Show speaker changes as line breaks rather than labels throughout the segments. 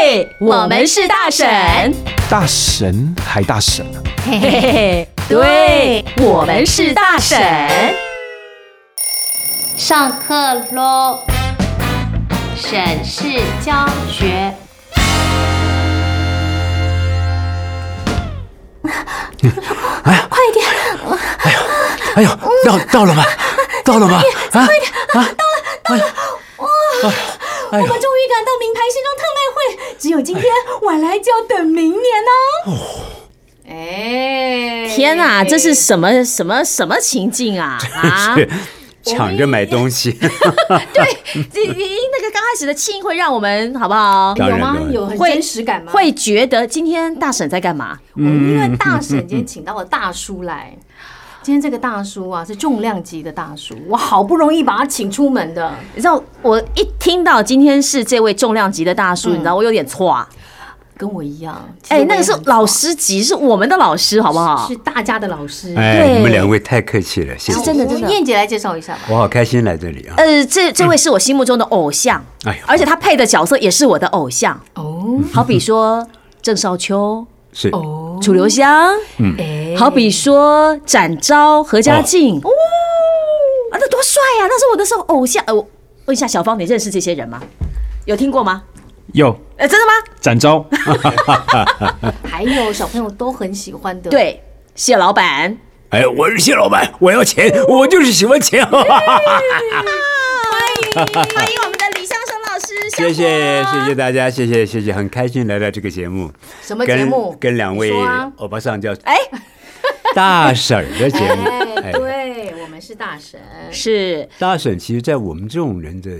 嘿，我们是大婶，
大神还大神啊！
嘿嘿嘿，对，我们是大婶。
上课喽！沈氏教学，
哎呦，到到了吗？到了吗？啊，快点啊！到了，到了！哇，哎呦，
我终于赶到名牌西装特卖会，只有今天晚来就要等明年哦。
哎，
天哪、这是什么什么什么情境啊？啊！
是抢着买东西，
这那个刚开始的气音会让我们好不好？
当
有
然
吗
当？然
有很
会
真实感吗？
会觉得今天大婶在干嘛？
我
嗯
们因为大婶今天请到了大叔来，今天这个大叔啊是重量级的大叔，我好不容易把他请出门的。
你知道，我一听到今天是这位重量级的大叔，你知道我有点错啊！
跟我一样，其实
哎、
我也
那个嗯是
很早
老，师级，是我们的老师，好不好？
是大家的老师。
哎，
对
你们两位太客气了，谢
是
谢。
真的真的
燕姐来介绍一下吧。
我好开心来这里啊！
呃，这这位是我心目中的偶像，
哎呦
而且他配的角色也是我的偶像，
哦，
好比说郑少秋、
是
楚留香，
嗯
哎
好比说展昭、何家劲，哦，啊，那多帅呀、那是我的时候偶像。呃，我问一下小芳，你认识这些人吗？有听过吗？
有
呃，真的吗？
展昭，
还有小朋友都很喜欢的，，
对，谢老板，
哎，我是谢老板，我要钱，我就是喜欢钱。 啊
欢迎我们的李湘生老师，
谢谢谢谢大家，谢谢谢谢，很开心来到这个节目。
什么节目
跟跟两位
你说啊
欧巴桑叫
哎，
大婶儿的节目。
哎，对，我们是大神，
是
大婶，其实，在我们这种人的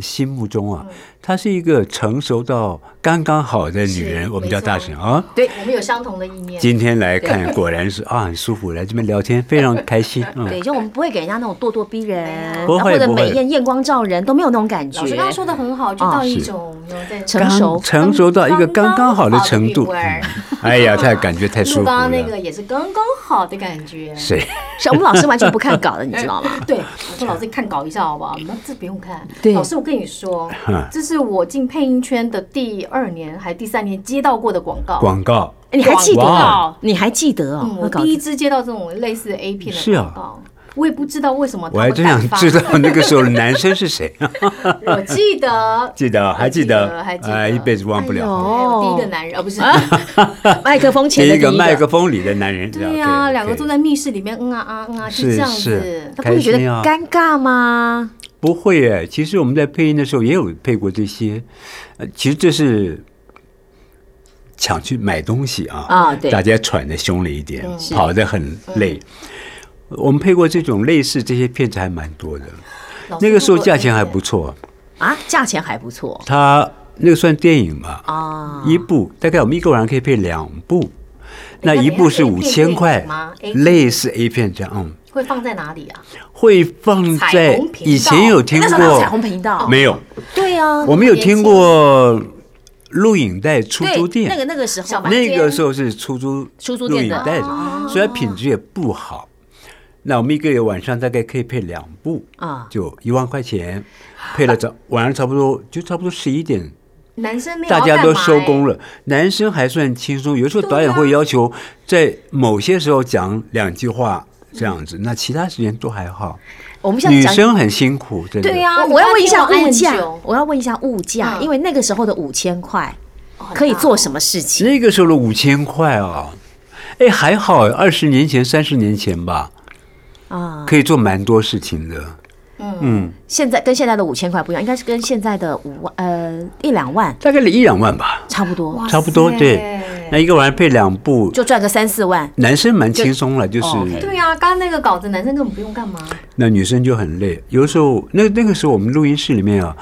心目中
嗯
啊，她是一个成熟到刚刚好的女人，
是
我们叫大婶
没
啊。
对我们有相同的意念。
今天来看，果然是啊，很舒服，来这边聊天非常开心。
对，
嗯，
就我们不会给人家那种咄咄逼人，
不
然
会
后或者
不会
美艳艳光照人，都没有那种感觉
老。师刚刚说的很好，就到一
啊是
种有在
成熟
成熟到一个刚刚好的程度。
刚刚好的韵味儿
嗯哎呀，太感觉太舒服
录刚刚那
了。
个也是刚刚好的感觉。
谁？
是我们老师完全不看稿的，你知道 吗？
对，我说老师看稿一下好不好？那这不用看。
对
老师我跟你说，这是我进配音圈的第二年还第三年接到过的广告。
广告
哎
你还记得
哇
哦？你还记得哦
嗯，？
那
我
稿
第一
子
次接到这种类似 A 片
是
的
啊
广告，我也不知道为什么他
我还
们
真想
敢发
知道那个时候的男生是谁，，
我记得
记得啊还记得，
还哎记
哎，
得，
一辈子忘不了。
还有第一
哦
个男人，啊，不是，
麦克风前
第
的
一
第一
个麦克
个，
风里的男人，
对呀，两个
都
坐在密室里面，嗯啊啊嗯啊，就这样
是
子。
他不会觉得
开心啊
尴尬吗？
不会耶，其实我们在配音的时候也有配过这些，呃，其实这是抢去买东西啊，
啊对
大家喘的凶了一点，跑得很累。
嗯
我们配过这种类似这些片子还蛮多的，
老师
那个时候
如果
价钱还不错，
啊，价钱还不错
它那个算电影嘛，
啊。
一部大概我们一个晚上可以配两部，那
等一
一
下
部是
等
五
一下
千块
A 片吗，？A 片
类似 A 片这样，嗯，
会放在哪里啊？
会放
彩
在
虹频道
以前有听
那时候还有彩虹
过
频道，
没有？
对啊，
我们有听过录影带出租
对
店，
那个那个时候
小白
那个时候是出租
出租店的哦
录影带的，虽然品质也不好。那我们一个晚上大概可以配两部
啊
就一万块钱，配了早晚上差不多就差不多十一点，
男生没有
大
要
家都
干嘛
收
欸
工，了。男生还算轻松，有时候导演会要求在某些时候讲两句话这样子，那其他时间都还好。
我们现在
女
讲
生很辛苦，真的。
对呀、
我我要问一下物
物
价，我要问一下物价，
嗯
因为那个时候的五千块可以做什么事情？
那个时候的五千块啊，哎，还好，二十年前、三十年前吧，
啊
可以做蛮多事情的。
现在跟现在的五千块不一样，应该是跟现在的五万呃一两万
大概一两万吧，
差不多，
差不多。对，那一个晚上配两部，
就赚个三四万。
男生蛮轻松了，就是、
哦，OK
对啊呀、刚刚那个稿子男生根本不用干嘛，
那女生就很累。有的时候，那那个时候我们录音室里面啊，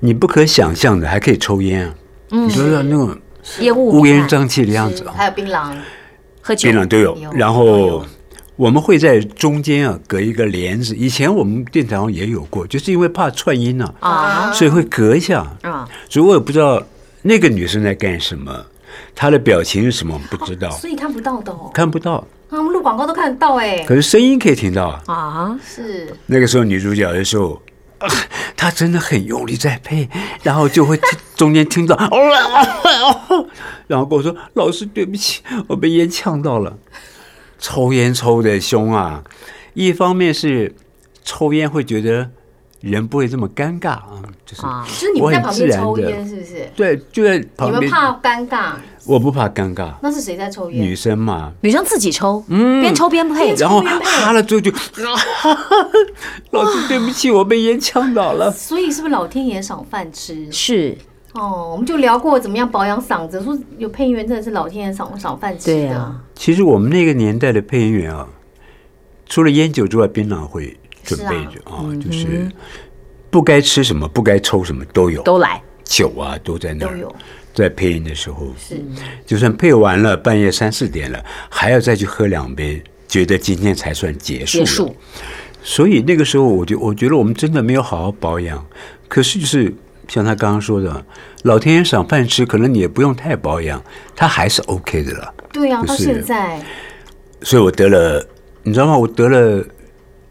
你不可想象的还可以抽烟啊，你知道那种
烟雾
乌
弥
烟
漫
瘴气的样子
是
啊，
还有槟榔，
喝酒
槟，榔都有
有。
然
都
后
有
我们会在中间啊隔一个帘子，以前我们电台好像也有过，就是因为怕串音呢、
啊
所以会隔一下。
啊，
所以我也不知道那个女生在干什么，她的表情是什么，我们不知道，
所以看不到的哦。
看不到，
啊，我们录广告都看得到哎、
可是声音可以听到啊。
啊，
是
呃那个时候女主角的时候，啊她真的很用力在配，然后就会中间听到， 哦哦哦然后跟我说：“老师，对不起，我被烟呛到了。”抽烟抽的凶啊！一方面是抽烟会觉得人不会这么尴尬啊，就是
啊
就是你
我
们在
很
旁
自
边
然
抽
的
烟是不是？
对，就在
你
旁
们
边。
怕尴尬，
我不怕尴尬，
那是谁在抽
女
烟？
生嘛，
女生自己抽，
嗯
边抽边配，
然后哈了之后就， 老师对不起，我被烟呛到了。
所以是不是老天爷赏饭吃？
是
哦，我们就聊过怎么样保养嗓子，说有配音员真的是老天爷赏赏饭吃的。
对啊
其实我们那个年代的配音员啊，除了烟酒之外，槟榔会准备着啊，就是不该吃什么、不该抽什么都有，
都来，
酒啊都在那
都
儿
有。
在配音的时候，
是
就算配完了，半夜三四点了，还要再去喝两杯，觉得今天才算结束了。
结束
所以那个时候，我就我觉得我们真的没有好好保养。可是就是像他刚刚说的，老天爷赏饭吃，可能你也不用太保养，他还是 OK 的了。
对啊，
不
到
是
现在
所以我得了，你知道吗？我得了，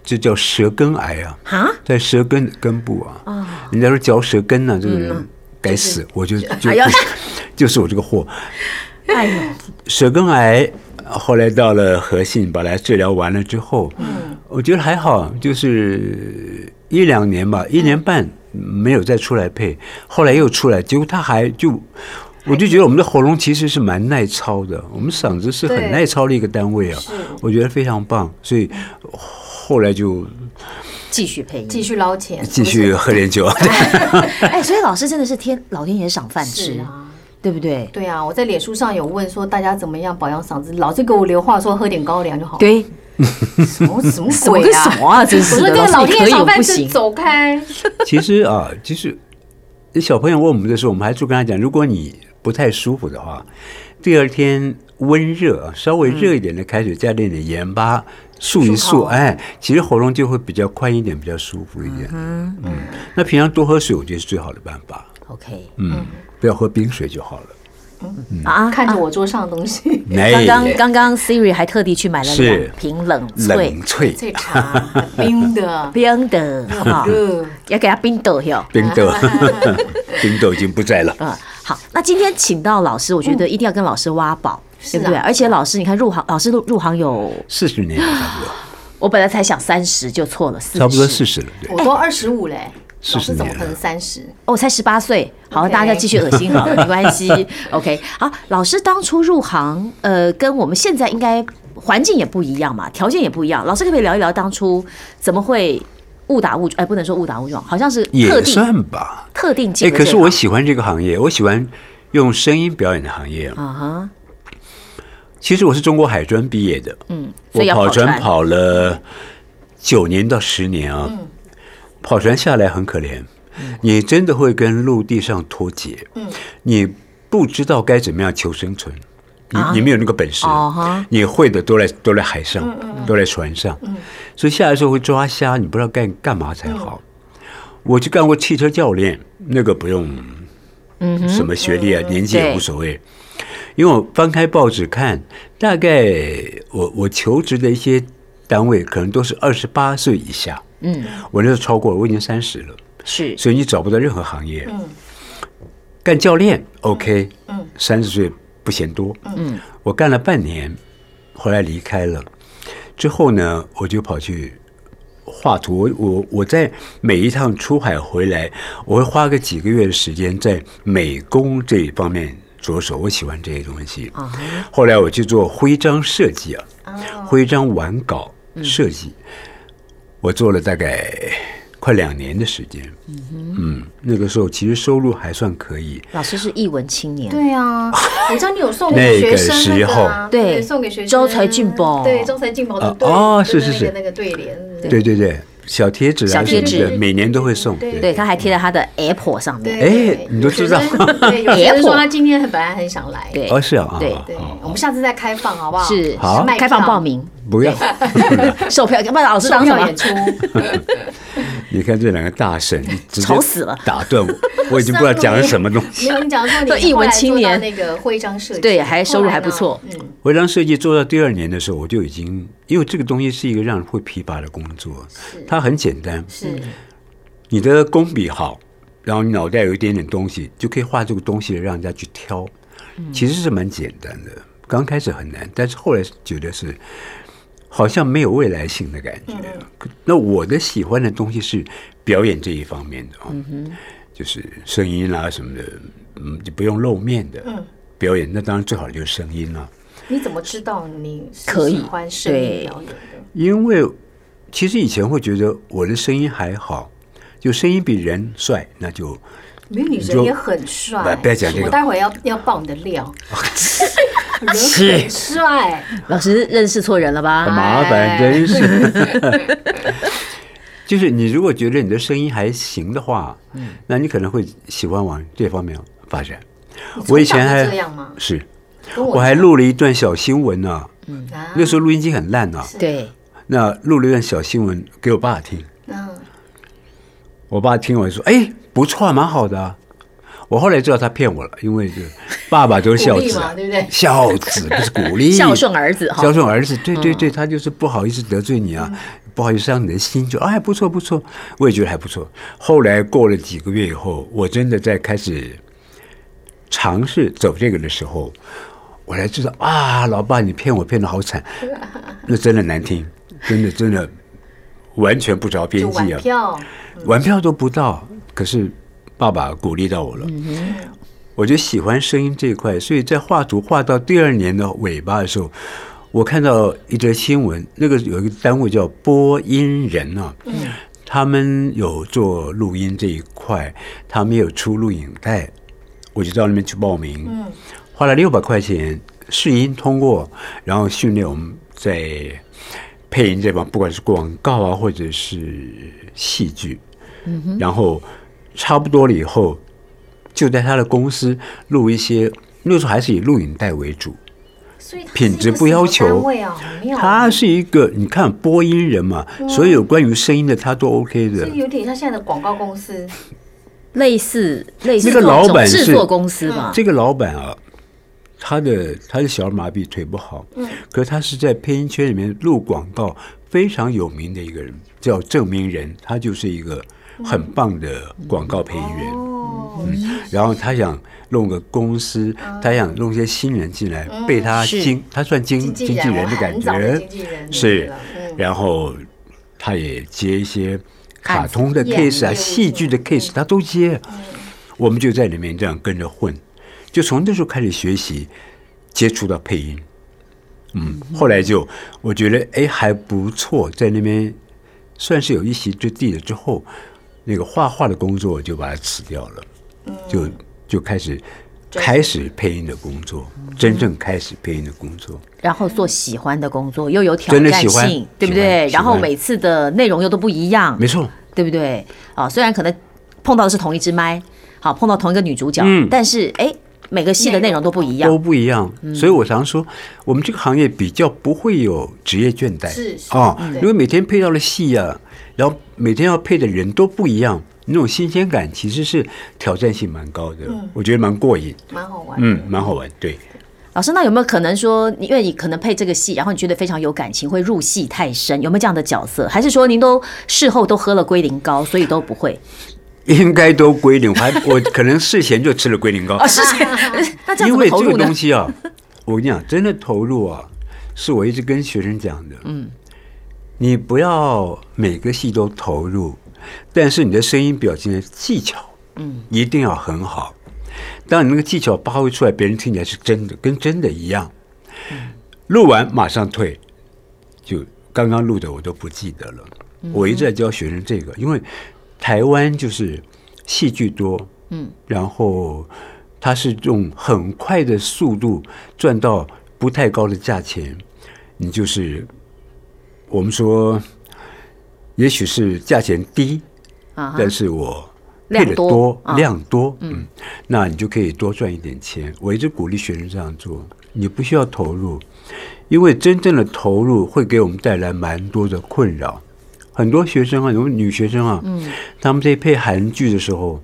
这叫舌根癌啊，
啊，
在舌根的根部啊。人家说嚼舌根呢、这个人该死，我就就、
哎呀
就是 就是我这个货。
哎呦，
舌根癌呃后来到了和信，把它治疗完了之后，
嗯
我觉得还好，就是一两年吧，一年半没有再出来配，后来又出来，结果他还就。我就觉得我们的喉咙其实是蛮耐操的，我们嗓子是
对
很耐操的一个单位啊
是，
我觉得非常棒，所以后来就
继续配音，
继续捞钱，
继续喝点酒。
哎，所以老师真的是天老天爷赏饭
是
吃，
啊。
对不对？
对啊，我在脸书上有问说大家怎么样保养嗓子，老是给我留话说喝点高粱就好。，
对，
什么什么
什么
鬼
跟
啊？
什么啊，真
我
是
说
的，
这个老
师你
天
可
爷
以我
赏
不
饭吃，
行，
走开。
其实啊，其实小朋友问我们的时候，我们还就跟他讲，如果你不太舒服的话，第二天温热，稍微热一点的开水，加点点盐巴。漱一
漱口
漱，哎，其实喉咙就会比较宽一点，比较舒服一点。嗯那平常多喝水，我觉得是最好的办法。
OK
嗯，不要喝冰水就好了。
啊，
看着我桌上的东西，
刚
哎
刚刚刚 Siri 还特地去买了
是
两瓶冷
冷
萃，，
萃
这茶冰的呃
冰的哈，
嗯
热。
要给他冰的哟。
冰豆，冰豆已经不在了。
嗯，好，那今天请到老师，我觉得一定要跟老师挖宝，对不
是
对？
啊
而且老师，你看入行，老师入入行有，
四十年了差不多，
我本来才想三十，就错了四，
差不多四，十了。对，
我都二十五 嘞，老师
40
怎么
年
可能
了
三十？
哦，我才十八岁。好，
OK
大家再继续恶心 好了，没关系。OK，好，老师当初入行，呃，跟我们现在应该环境也不一样嘛，条件也不一样。老师可不可以聊一聊当初怎么会误打误撞？哎，不能说误打误撞，好像是特
也
定
算吧。
特定进
哎，
入
可
这
是
个
我
行
喜欢这个行业，我喜欢用声音表演的行业。
啊哈，
其实我是中国海专毕业的，
嗯，所
我
以要
跑
船
船跑了九年到十年啊，
嗯
跑船下来很可怜，你真的会跟陆地上脱节，嗯，你不知道该怎么样求生存，你你没有那个本事，
哦啊哈嗯
你会的都在都在海上，都在船上，所以下来的时候会抓虾，你不知道干干嘛才好。
嗯
我去干过汽车教练，那个不用，什么学历啊，年纪也
嗯对
无所谓。因为我翻开报纸看，大概我我求职的一些单位可能都是二十八岁以下，
嗯，
我那时候超过了，我已经三十了，
是
所以你找不到任何行业。
嗯，
干教练 OK，
嗯，
三十岁不嫌多，嗯，我干了半年，后来离开了，之后呢，我就跑去。画图，我我我在每一趟出海回来，我会花个几个月的时间在美工这一方面着手，我喜欢这些东西。
啊哈，
后来我去做徽章设计啊，
哦，
徽章完稿设计，我做了大概快两年的时间。嗯那个时候其实收入还算可以，
老师是艺文青年，
对啊，我知道你有 送给学生那
那个
个啊，
时候对
送给学生
周才俊宝
对，周才俊宝的
啊
对
哦
就是
是是
那个那个对联，
对对对，小贴纸
小
啊
贴
什
纸
么的，每年都会送。
对
对，他还贴在他的
嗯
Apple 上面，
对，
哎你都知道
有学 生对，有学生
Apple
说他今天很本来很想来，
对
哦，是啊，啊
对
啊
对
啊，
我们下次再开放好不好？
是
好
卖
开
票
放报， 名，
不要，
售票，不然老师
售
当什
票
么
演？出，
你看这两个大神，直接
吵死了
打断我，我已经不知道讲什么东西。
没有 你讲说
都
你
艺
后
文
来
青
做到
年
那个徽章设计，
对还收入
后来
还不
呢
错
嗯，
徽章设计做到第二年的时候，我就已经，因为这个东西是一个让人会疲乏的工作，它很简单，
是
你的工笔好，然后你脑袋有一点点东西，就可以画这个东西让人家去挑，其实是蛮简单的。刚开始很难，但是后来觉得是好像没有未来性的感觉。可那我的喜欢的东西是表演这一方面的啊、就是声音啦、什么的，嗯，就不用露面的、表演。那当然最好的就是声音啦、
你怎么知道你是
可以
喜欢声
对
音表演的？
因为其实以前会觉得我的声音还好，就声音比人帅，那就
没有，你
你就
人也很帅。
不不要讲这个
我待会儿要要爆你的 料。人很帅，
老师认识错人了
很
吧？
麻
哎
烦，真是。 就是你如果觉得你的声音还行的话，
嗯
那你可能会喜欢往这方面发展。我以前
从小
还
就这样吗
是，
跟
我还录了一段小新闻呢、
啊
那时候录音机很烂啊呢、
对，
那录了一段小新闻给我爸听，
嗯，
我爸听完说：“哎，不错啊，蛮好的、啊。”我后来知道他骗我了，因为就爸爸都是孝
鼓励
子、啊
嘛，，对不对？
孝子不是鼓励，
孝顺儿子哈嗯
孝顺儿子，对对对，他就是不好意思得罪你啊，不好意思伤你的心，就哎不错不错，我也觉得还不错。后来过了几个月以后，我真的在开始尝试走这个的时候，我才知道啊，老爸你骗我骗的好惨，那真的难听，真的真的完全不着边
就玩
际啊，
票，
玩票都不到，可是爸爸鼓励到我了。我就喜欢声音这一块，所以在画图画到第二年的尾巴的时候，我看到一则新闻，那个有一个单位叫播音人啊，他们有做录音这一块，他们也有出录影带，我就到那边去报名，花了六百块钱试音通过，然后训练我们在配音这方，不管是广告啊，或者是戏剧，然后差不多了以后，就在他的公司录一些，那时候还是以录影带为主。
所以它是
品质
一个
不要
什么单
求
位啊，好妙啊
他是一个，你看播音人嘛，所有关于声音的他都 OK 的
这。有点像现在的广告公司，
类似类似
那个
这
老
种
板
制
是
作公司嘛，
这个老板啊，他的他的小儿麻痹，腿不好，可是他是在配音圈里面录广告非常有名的一个人，叫郑明仁，他就是一个很棒的广告配音员。嗯
哦，
然后他想弄个公司，他想弄些新人进来，被他
是
经他算经
经纪
经纪
人
人的
我
感
很早就
觉
经纪人
是
了嗯，
然后他也接一些卡
案子
通的
演
case 啊、
业务
戏剧的 case，他都接。我们就在里面这样跟着混，就从那时候开始学习，接触到配音。嗯，后来就我觉得哎还不错，在那边算是有一席之地了。之后，那个画画的工作我就把它辞掉了，就就开始开始配音的工作，真正开始配音的工作。
然后做喜欢的工作，又有挑
真的
战
喜欢
性，对不
喜欢
对？
喜
然后
欢
每次的内容又都不一样，
没错，
对不对？啊，虽然可能碰到的是同一支麦，好碰到同一个女主角，
嗯
但是哎，每个戏的内容都不一
都
样，
不一样。所以我常说，我们这个行业比较不会有职业倦怠
是是
啊、
对
因为每天配到的戏呀、然后每天要配的人都不一样，那种新鲜感其实是挑战性蛮高的，我觉得蛮过瘾，
蛮好玩。
嗯，蛮好玩，对。
老师，那有没有可能说，你因为你可能配这个戏，然后你觉得非常有感情，会入戏太深，有没有这样的角色？还是说您都事后都喝了龟苓膏，所以都不会？
应该都龟苓，我还我可能事前就吃了龟苓膏
哦，，是这样那这样
因
怎么
为
投
这
入
个
呢
东？西啊， 我跟你讲，真的投入啊，是我一直跟学生讲的，嗯，你不要每个戏都投入，但是你的声音表情的技巧，嗯，一定要很好。当你那个技巧发挥出来，别人听起来是真的，跟真的一样。
嗯
录完马上退，就刚刚录的我都不记得了。我一直在教学生这个，因为台湾就是戏剧多，嗯，然后它是用很快的速度赚到不太高的价钱，你就是我们说，也许是价钱低，
啊哈
但是我配的
量多
多
啊，
量多，嗯，那你就可以多赚一点钱。我一直鼓励学生这样做，你不需要投入，因为真正的投入会给我们带来蛮多的困扰。很多学生啊，有女学生啊，嗯，他们在配韩剧的时候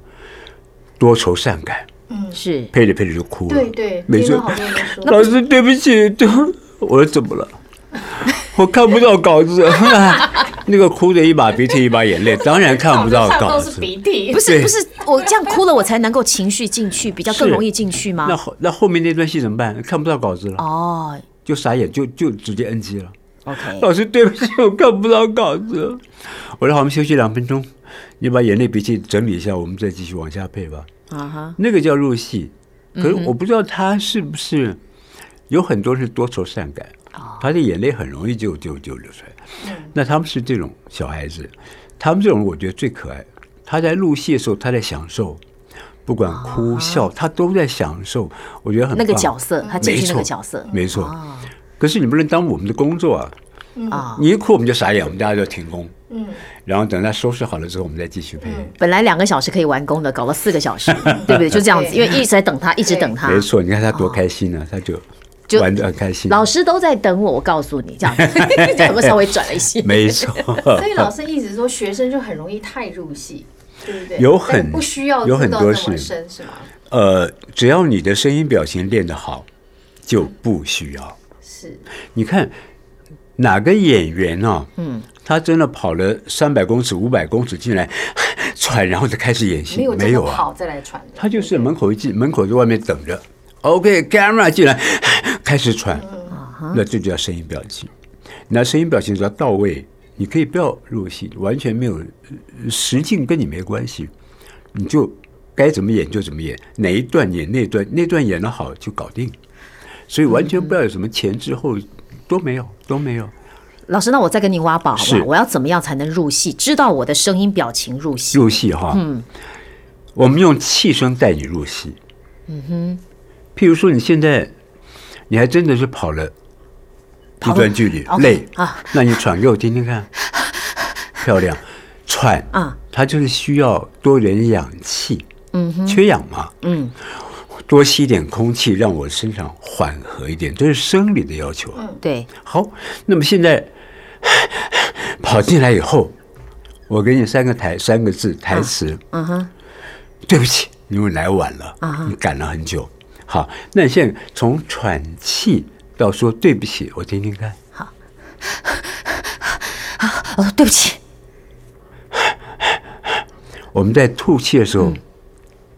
多愁善感，
是
配着配着就哭了。
对对，
没
听
错
到。好多人说，
老师， 对不起，对，我说怎么了？我看不到稿子， 那个哭的一把鼻涕一把眼泪，当然看不到稿
都是
子。
鼻涕
不。是
对
不是，我这样哭了，我才能够情绪进去，比较更
是
容易进去吗
那？后那后面那段戏怎么办？看不到稿子了，
哦
就傻眼，就就直接 NG 了。
，OK，
老师，对不起，我看不到稿子。我说好，我们休息两分钟，你把眼泪鼻涕整理一下，我们再继续往下配吧。
啊哈，
那个叫入戏，可
嗯
是我不知道他是不是有很多人是多愁善感，
哦
他的眼泪很容易就就就流出来。
嗯
那他们是这种小孩子，他们这种我觉得最可爱。他在入戏的时候，他在享受，不管哭笑，他都在享受。我觉得很
哦那个
棒
角色，他进
没
去那
错
个角色哦
没错。可是你不能耽误我们的工作啊！
啊。
你一哭我们就傻眼，我们大家就停工。嗯，然后等他收拾好了之后，我们再继续配。
本来两个小时可以完工的，搞了四个小时，对不对？就这样子，
对
因为一直在等他，一直等
啊
他。
没错，你看他多开心
哦
啊，他就
就
玩得很开心。
老师都在等我，我告诉你，这样子，这样我稍微转了一些。
没 错，
所以老师一直说学生就很容易太入戏，对不对？
有很
但不需要
有很
做到
多
这么
是
深是吗？
呃，只要你的声音表情练得好，就不需要。
是
你看哪个演员啊，嗯，他真的跑了三百公尺、五百公尺进来 喘，然后就开始演戏
没，有
没
这
有
么
啊？
跑再来传的。
他就是门口一进，门口在外面等着。OK，camera、进来， 开始喘，那这就叫声音表情。那声音表情只要到位，你可以不要入戏，完全没有呃实境跟你没关系，你就该怎么演就怎么演，哪一段演那段，那段演得好就搞定。所以完全不要有什么前置后都没有都没有
老师，那我再跟你挖宝好不
是
好？我要怎么样才能入戏？知道我的声音、表情入戏？
入戏哈。我们用气声带你入戏。譬如说你现在你还真的是跑了一段距离，
OK，
累
啊，
那你喘给我听听看，漂亮，喘
啊，
它就是需要多点氧气，嗯，缺氧嘛，嗯，多吸一点空气，让我身上缓和一点，这是生理的要求啊。
对，
好，那么现在 跑进来以后，我给你三个台三个字台词。嗯哼，啊对不起，因为来晚了，你赶了很久。好，那你现在从喘气到说对不起，我听听看。
哦，对不起，
我们在吐气的时候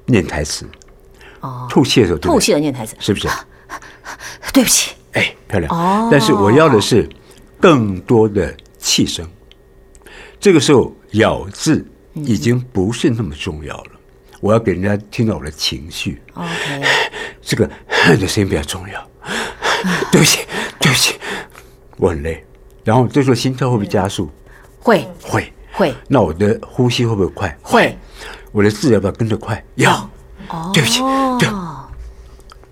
念台词。嗯哦，吐气的时候，对不
吐
起
气的念台词，
是不是？
对不起，
哎，漂亮。但是我要的是更多的气声。这个时候咬字已经不是那么重要了，我要给人家听到我的情绪。
OK
这个的声音比较重要。对不起，对不起，我很累。然后这时候心跳会不会加速？
会
会。
会
那我的呼吸会不会快？
会。
我的字要不要跟着快？要。
哦
对不起，对，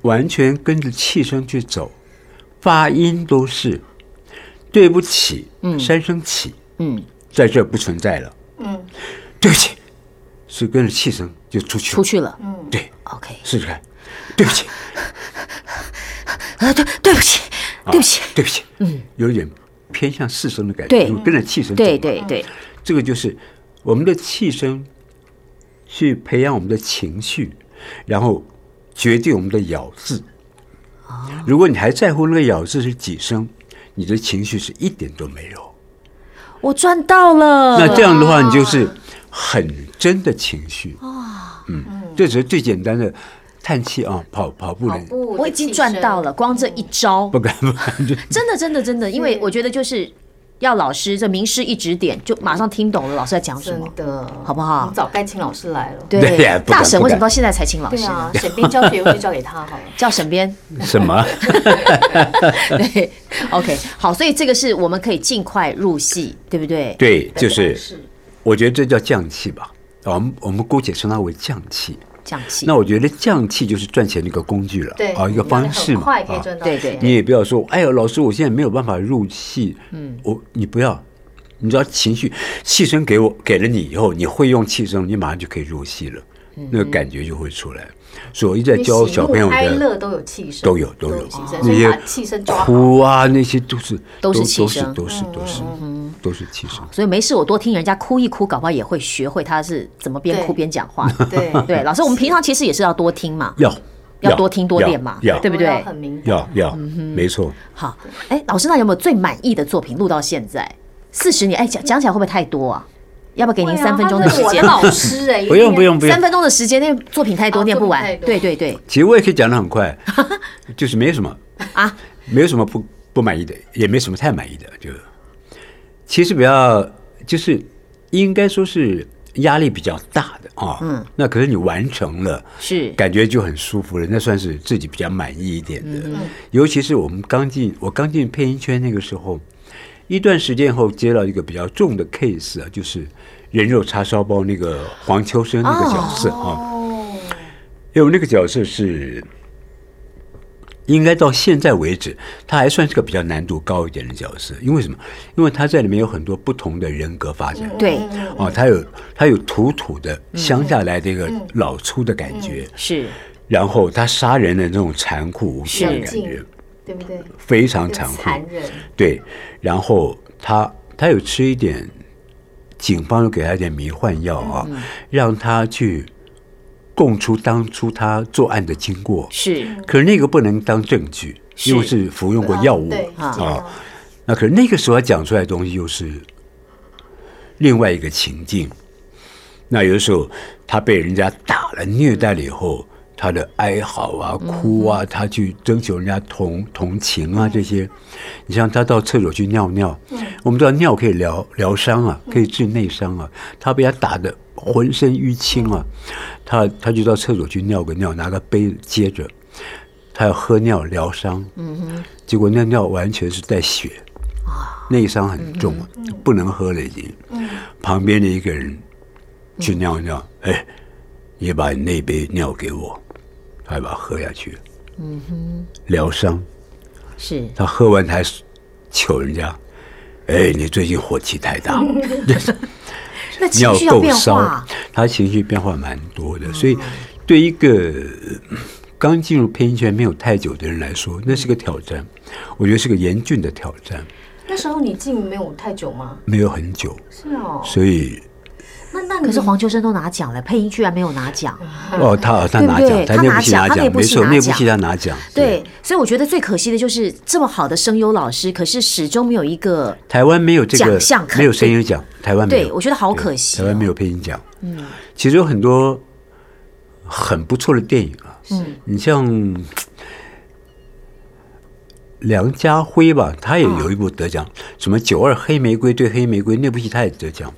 完全跟着气声去走，发音都是对不起，三声起，
嗯，
在这儿不存在了。嗯，对不起，是跟着气声就出去了。
出去了。
对，
OK，
试试看。对不起，
啊，对对不起，对不起，
对不起，嗯，有一点偏向四声的感觉，
对
就跟着气声走嘛。
对对对，
这个就是我们的气声去培养我们的情绪，然后决定我们的咬字。
哦
如果你还在乎那个咬字是几声，你的情绪是一点都没
哦
有。
我赚到了。
那这样的话，你就是很真的情绪。嗯，这只是最简单的叹气啊，跑跑步
跑
人
步的
我已经
气
赚
声
到了，光这一招，
不敢不敢，就
真的真的真的，因
嗯
为我觉得就是要老师这名师一指点，就马上听懂了老师在讲什么
真。的，
好不好
你早该请老师来了。
对
对呀不敢
大神为什么
不敢
到现在才请老
对
师
啊
呢？，
沈冰教学我就交给他好了。
叫沈编。
什么？
对，OK，好，所以这个是我们可以尽快入戏，对不对？
对，就是
是
我觉得这叫降气吧。啊我们我们姑且称它为降气。
降气。
那我觉得降气就是赚钱的一个工具了，
对
啊，一个方式
很
嘛，
快可以
啊，
赚到
对
钱。
对
你也不要说，哎呦，老师，我现在没有办法入戏，嗯，我你不要，你知道情绪气声给我给了你以后，你会用气声，你马上就可以入戏了，那个感觉就会出来。所以我一直在
你
教
喜
小朋
怒
友
哀
的
乐都有气声，
都有都有
气声，所
那
以
些
把气声抓好。
哭啊，那些都是
都是气
都是
声
都是都是都是气声。
所以没事，我多听人家哭一哭，搞不好也会学会他是怎么边
对
哭边讲话 的。
对
对，老师，我们平常其实也是要多听嘛，
要
要多听多练嘛，
要
对不
都要
对？
很敏感。
要要，没错。
好，哎，老师，那有没有最满意的作品录到现在？四十年，哎，讲讲起来会不会太多啊？要不要给您
对啊
三分钟的时
他是
间
我的？老师哎，
不用不用不用
三，分钟的时间，那作品太多
哦
念不完
作品太。多哦
对对对，
其实我也可以讲的很 快，就是没什么
啊，
没有什么不不满意的，也没什么太满意的，就其实比较就是应该说是压力比较大的啊、嗯，那可是你完成了，
是
感觉就很舒服了，那算是自己比较满意一点
嗯
的。尤其是我们刚进我刚进配音圈那个时候，一段时间后接到一个比较重的 case 啊，就是人肉叉烧包那个黄秋生那个角色
哦
啊，因为我那个角色是。应该到现在为止，他还算是个比较难度高一点的角色，因为什么？因为他在里面有很多不同的人格发展。
对，
啊，他有他有土土的乡下来的一个老粗的感觉，
是
然后他杀人的那种残酷无情的
是
感觉，
对不对？
非常残
很
酷。
残忍，
对，然后他他有吃一点，警方有给他一点迷幻药啊，
嗯
让他去供出当初他作案的经过。
是，
可是那个不能当证据，因为
是
是服用过药物
对
啊
啊，
那可是那个时候他讲出来的东西又是另外一个情境。那有的时候他被人家打了、虐待了以后，他的哀嚎啊、哭啊，他去征求人家同同情啊这些。你像他到厕所去尿尿，我们知道尿可以疗疗伤啊，可以治内伤啊。他被他打的浑身淤青啊，他他就到厕所去尿个尿，拿个杯子接着，他要喝尿疗伤。嗯哼，结果那尿完全是带血。内伤很重，不能喝了已经。旁边的一个人去尿尿，哎，你把你那杯尿给我，他还把它喝下去。疗伤，
是
他喝完他还求人家，哎，你最近火气太大，
那
尿
嗯情绪要
够
变
烧
化，，嗯
他情绪变化蛮多的，所以对一个呃刚进入配音圈没有太久的人来说，那是个挑战，我觉得是个严峻的挑战，
那时候你进没有太久吗？
没有很久，
是哦，
所以。
那那你
可是黄秋生都拿奖了，配音居然没有拿奖。
嗯
哦，他他拿
对
奖，
不对他
那
拿
部戏
奖他那
奖，
部
没
戏
错，
拿
那部
奖
戏他拿奖。
对，所以我觉得最可惜的就是这么好的声优老师，可是始终没有一个
台湾没有这个
奖项肯
没有声音奖，台湾没有。
对我觉得好可惜
台湾
哦
没有配音奖。嗯，其实有很多很不错的电影啊，嗯，你像梁家辉吧，他也有一部得奖，什么《九二黑玫瑰》对黑玫瑰那部戏他也得奖。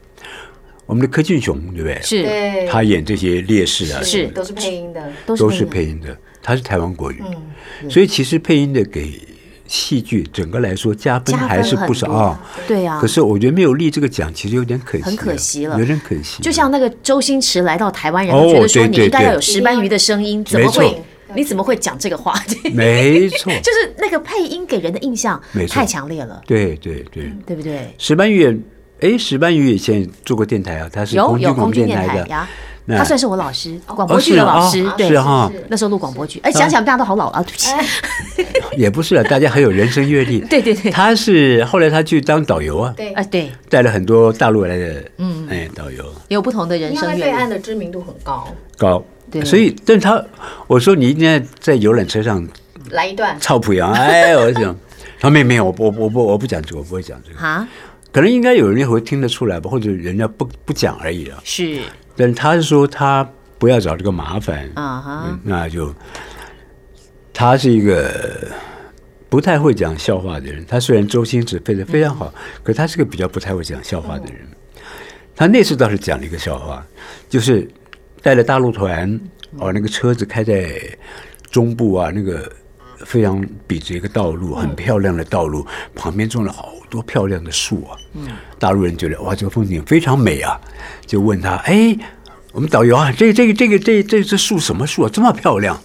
我们的柯俊雄对不对？
是
对，
他演这些烈士啊，
是
都是配音的，
都
都
没
是
有
配音的，它是台湾国语，
嗯
所以其实配音的给戏剧整个来说加分
加分
还是不少
很多
啊。
对啊
可。是我觉得没有立这个奖，其实有点可惜，
很可惜了
有点可惜。
就像那个周星驰来到台湾，人
哦
都觉得说
对
你
对
应该要
对
有石斑鱼的声音，怎么
没错
会？你怎么会讲这个话？
没错，
就是那个配音给人的印象
没错
太强烈了，
对对对，
对不对？
石斑鱼也，哎，石斑鱼以前做过电台啊，他是
有
红
有
军
空
广
军
电
电
台
台
的，
呀，
那
他算是我老师，广播
哦
剧
是
的
啊
老
啊
师，
是
对，
哈
那时候录广播剧，哎，想想大家都好老了，对不起，
哎
也不是啊，大家很有人生阅历。
对对对
他是后来他去当导游啊，
对
哎，，对，
带了很多大陆来的，嗯，哎，导游
有不同的人
因为他
生阅
对啊岸
历，
的知名度很高，
高
对，
所以，但他我说你应该在游览车上
来一段，
臭濮 阳，哎，我讲，他说没有没有，我不我不我不我不讲这个，我不会讲这个，
啊，
可能应该有人也会听得出来吧，或者人家不不讲而已啊。
是
但他是说他不要找这个麻烦，
啊哈
嗯，那就他是一个不太会讲笑话的人。他虽然周星驰配的非常
嗯
好，可他是个比较不太会讲笑话的人。他那次倒是讲了一个笑话，就是带着大陆团，哦，那个车子开在中部啊，那个非常笔直一个道路，很漂亮的道路，旁边种了好多漂亮的树啊。大陆人觉得哇，这个风景非常美啊，就问他，哎，我们导游啊，这这个这个这这这树什么树啊，这么漂亮？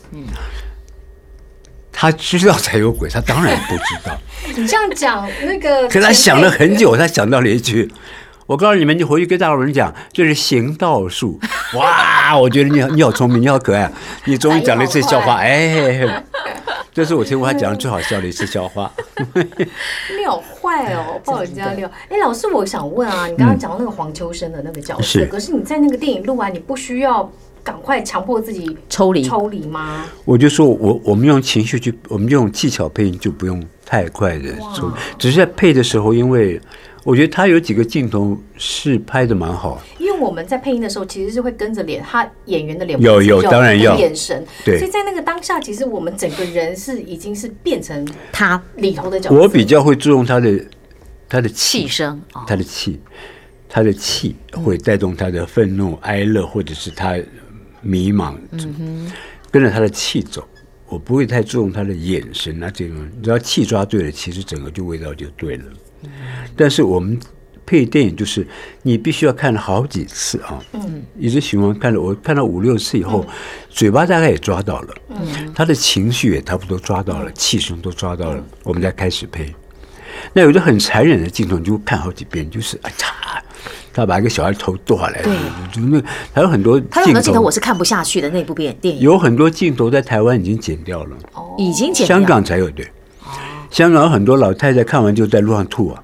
他知道才有鬼，他当然不知道。
你这样讲那 个，
可他想了很久，他想到了一句：“我告诉你们，你回去跟大陆人讲，这是行道树。”哇，我觉得你好你好聪明，你好可爱，你终于讲了一次笑话，哎，这是我听过他讲的最好笑的一次笑话。
料
哎
坏哦，爆人家料。哎，老师，我想问啊，你刚刚讲到那个黄秋生的那个角色，
嗯是
可是你在那个电影录完，你不需要赶快强迫自己
抽离
抽离吗？
我就说我我们用情绪去，我们用技巧配音就不用太快的，就只是在配的时候，因为我觉得他有几个镜头是拍的蛮好，
因为我们在配音的时候其实是会跟着脸，他演员的脸
有
部
有
肌肉
当然
跟
要
眼神，
对
所以在那个当下，其实我们整个人是已经是变成
他
里头的角色。
我比较会注重他的他的
气声哦，嗯
他的气，他的气会带动他的愤怒、哀乐，或者是他迷茫，
嗯
跟着他的气走。我不会太注重他的眼神啊这种，只要气抓对了，其实整个就味道就对了。但是我们配电影就是你必须要看了好几次啊，嗯，一直循环看了，我看了五六次以后，嘴巴大概也抓到了，嗯，他的情绪也差不多抓到了，气声都抓到了，我们再开始配。那有的很残忍的镜头，你就看好几遍，就是哎呀，他把一个小孩头剁下来，就那个还有很多
他有很多镜
镜
头我
头，
是看不下去的那部电电影，
有很多镜头在台湾已经剪掉了，
已经剪掉
香港才有对。香港有很多老太太看完就在路上吐啊，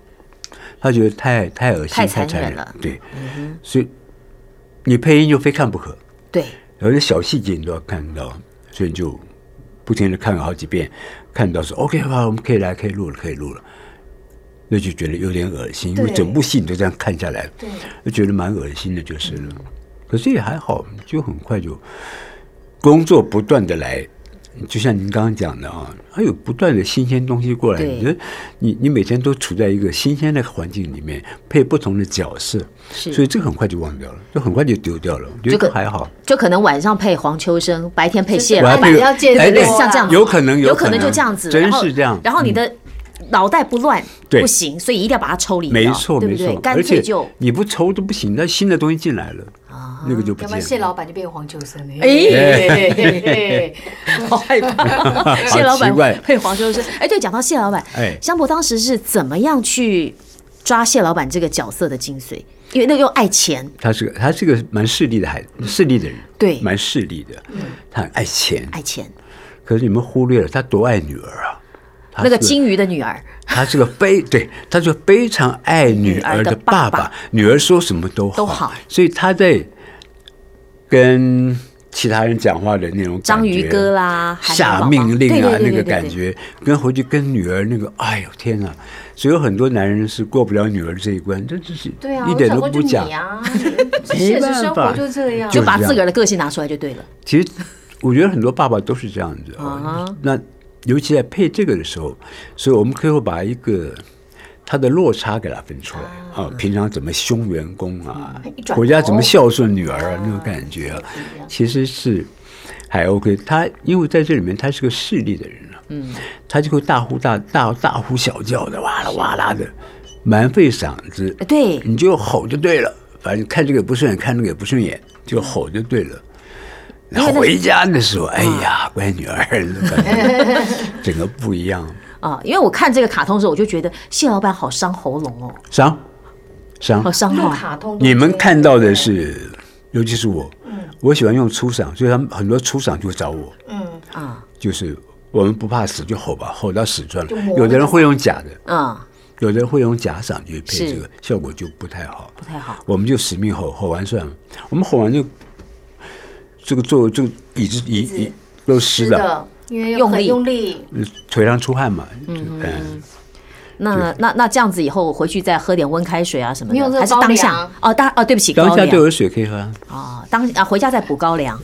她觉得太太恶心、
太
太
残
残
忍
忍
了。嗯
对，所以你配音就非看不可，
对，
有些小细节你都要看到，所以你就不停的看了好几遍，看到说 OK 好，我们可以来，可以录了，可以录了，那就觉得有点恶心，因为
对
整部戏你都这样看下来了，
对
就觉得蛮恶心的，就是了。可是也还好，就很快就工作不断的来，就像您刚刚讲的啊，还有不断的新鲜东西过来，
对
你觉得你你每天都处在一个新鲜的环境里面，配不同的角色，
是
所以这个很快就忘掉了，就很快就丢掉了，我
这
觉
个
得还好。
就可能晚上配黄秋生，白天配谢
我
老
还
板，
配个要见
哎
识
对
多啊
像这样子
有可能，
有
可
可能就这样子，
真
然后
是这样。嗯
然后你的脑袋不乱
对
不行，所以一定要把它抽离掉，
没错，
对
没
不对
错？，
干
而且
脆就啊
你不抽都不行，那新的东西进来了，那个就不
要不
见
然谢
了。
老板就变黄秋生了。
哎
哎，
好害怕。 谢老
啊好
板
奇怪
配黄秋生，哎，对，讲到谢老板，
哎
香博当时是怎么样去抓谢老板这个角色的精髓？因为那个又爱钱，
他是个他是个蛮势利的孩子，势利的人，
对嗯哎
蛮势利的，他很爱钱，
爱钱，
可是你们忽略了他多爱女儿啊。他
那个
是
金鱼的女儿，
他是个非对，他是个非常爱女
女儿
儿的爸
的爸爸
爸，女儿说什么都好，
都好
所以他在跟其他人讲话的那种感觉
章鱼哥啦海绵宝
下
宝
命令啊
对对对对
那个感觉，跟回去跟女儿那个，哎呦天哪！所以有很多男人是过不了女儿这一关，这就是
对啊，
一
我
点
想
都
过
不
就
讲
你。啊，现实生活就这样
就是
就这样
把自个儿的个性拿出来就对了。
其实我觉得很多爸爸都是这样子啊
啊。
那尤其在配这个的时候，所以我们可以会把一个他的落差给他分出来啊，平常怎么凶员工啊
一，转头
国家怎么孝顺女儿啊，那种感觉啊，其实是还 OK。他因为在这里面他是个势利的人啊，嗯，他就会大呼大大大呼小叫的，哇啦哇啦的，蛮费嗓子
哎。对，
你就吼就对了，反正看这个也不顺眼，看那个也不顺眼，就吼就对了。然后回家的时候，
啊
哎呀，乖女儿， 感觉整个不一样，
啊，因为我看这个卡通的时候，我就觉得谢老板好伤喉咙哦，
伤
好
伤。
伤
录
喉。
卡通都
你们
这样
看到的是，尤其是我，我喜欢用粗嗓，所以他们很多粗嗓就会找我，
嗯
就是我们不怕死就吼吧，吼到死算
就
了。
磨
有的人会用假的，
嗯，
有的人会用假嗓去配
是
这个，效果就不太好。不
太好。
我们就死命吼，吼完算了。我们吼完就这个坐这个椅子椅椅都湿
是
了，
的，因为用很用力，
呃腿上出汗嘛。嗯嗯。
那那那这样子以后回去再喝点温开水啊什么
你有
的，
这个
还是当
高
下
粱
哦当哦对不起
当
高
下
粱
就有水可以喝啊，
啊当啊回家再补高粱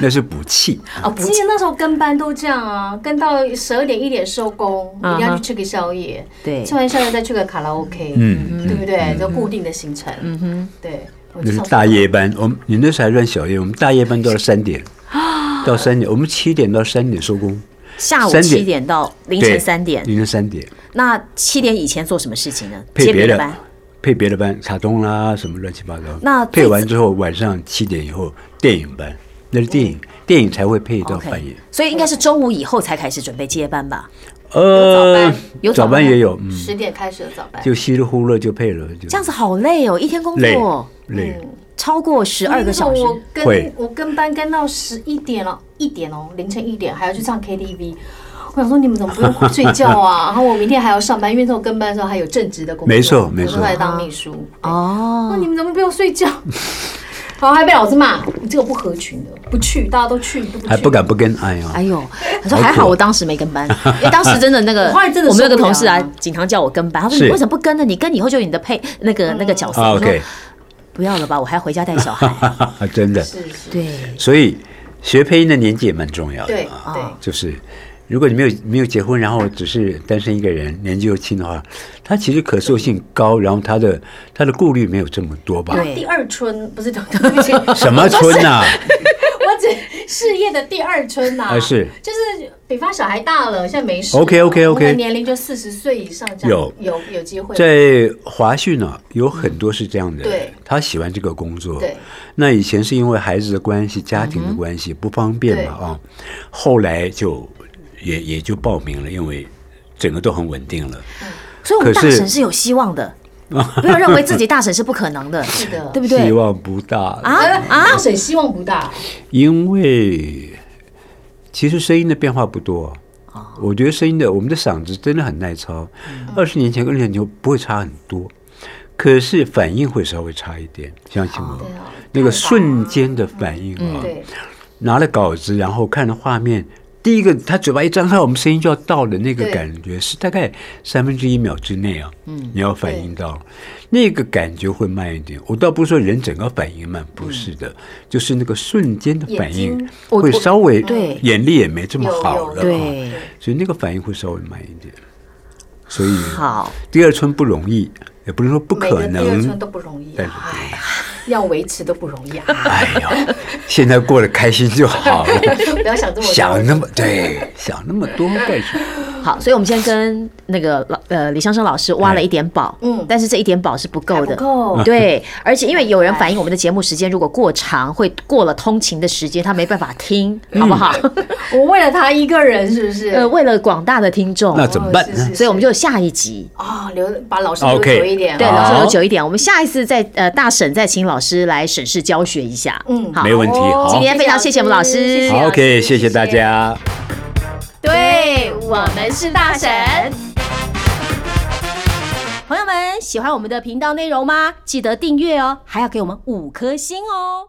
那是补气。
啊补
记得哦那时候跟班都这样啊，跟到十二点一点收工，
嗯哼
一定要去吃个宵夜，
对
吃完宵夜再去个卡拉 OK，
嗯
对不对？就固定的行程，嗯哼，对，我
那
就是上
大夜班，我们你那时候还算小夜，我们大夜班到了三点，到三点，我们七点到三点收工，
下午
三点
七点到凌晨
对
三点，
凌晨三点
那七点以前做什么事情呢？
配
接
别
别
的
班。
配别的班，卡通啦什么乱七八糟。
那最
配完之后，晚上七点以后电影班，那是电影，电影才会配到半夜
OK，。所以应该是周五以后才开始准备接班吧？有
呃，
早班有早班
早班也有，嗯，
十点开始的早班，
就稀里糊涂就配了，就
这样子好累哦，一嗯天工
累
作
累。
超过十二个小时
因为，那时候我
会
跟我跟班跟到十一点了，一点哦，凌晨一点还要去唱 KTV。我想说你们怎么不用 睡觉啊？然后我明天还要上班，因为那时候跟班的时候还有正职的工作，
没错没错
我都在当秘书。
哦
那你们怎么不用睡觉？然后还被老师骂，你这个不合群的，不去，大家都去，你都不去，
还不敢不跟，哎呦，
哎呦，他说还好我当时没跟 班，因为当时真的那个，
我后来真的
我们有个
受不了
同事啊
了，
锦堂叫我跟班，他说
是
你为什么不跟呢？你跟以后就有你的配那
嗯
个那个角色。
啊
我说
，OK，
不要了吧，我还要回家带小 孩。
真的，
是是，
对，
所以学配音的年纪也蛮重要的，
对
啊，
对，
就是如果你没有没有结婚，然后只是单身一个人，年纪又轻的话，他其实可塑性高，然后他的他的顾虑没有这么多吧？
对
第二春不是对不起，我
什么啊春呐、
指事业的第二春呐、
啊是
就是比方小孩大了，现在没事
OK，OK，OK
我们的年龄就四十岁以上这样，
有
有有机会，嗯
在华讯呢、有很多是这样的，
对，
他喜欢这个工作，
对。嗯
那以前是因为孩子的关系、家庭的关系不方便嘛啊，后来就也也就报名了，因为整个都很稳定了。
所以我们大
可是
婶是有希望的，不要认为自己大婶是不可 能的，
是的
对不
希
对？
望不大啊
啊啊，水希望不大，
因为其实声音的变化不多。
哦
我觉得声音的，我们的嗓子真的很耐操。
嗯
二十年前跟二十年后不会差很多，可是反应会稍微差一点，相信我。
对啊
那个瞬间的反应啊，
对，
拿了稿子，然后看了画面，第一个他嘴巴一张开，我们声音就要到了，那个
对
感觉是大概三分之一秒之内啊，嗯，你要反应到，那个感觉会慢一点。我倒不是说人整个反应慢，不是的，就是那个瞬间的反
眼
应
睛
我
会稍微
对
眼力也没这么好了、啊，
有有
对，
所以那个反应会稍微慢一点。所以
好，
第二春不容易，也不能说不
每
可
个第二春
能
都。不容易
但是
啊，哎，要维持都不容易啊，
哎呦，现在过得开心就好了。
不要想这么多
想那么对，想那么多 干什么？
好，所以我们先跟那个老呃李双生老师挖了一点宝，嗯
嗯，
但是这一点宝是不够的，
还不够
对，而且因为有人反映我们的节目时间如果过长，会过了通勤的时间，他没办法听，
嗯
好不好？
我为了他一个人是不是？
呃，为了广大的听众，
那怎么办
哦是
呢
是？
所以我们就下一集。
啊，留把老师留久一点，啊
对，
好
老师留久一点，我们下一次再呃大婶再请老师来审视教学一下。
嗯
好，
没问题，
哦
好
今，天非常谢谢我们老师
谢谢
好，OK，谢谢大。
老师
家。
对，我们是大神。
朋友们喜欢我们的频道内容吗？记得订阅哦，还要给我们五颗星哦。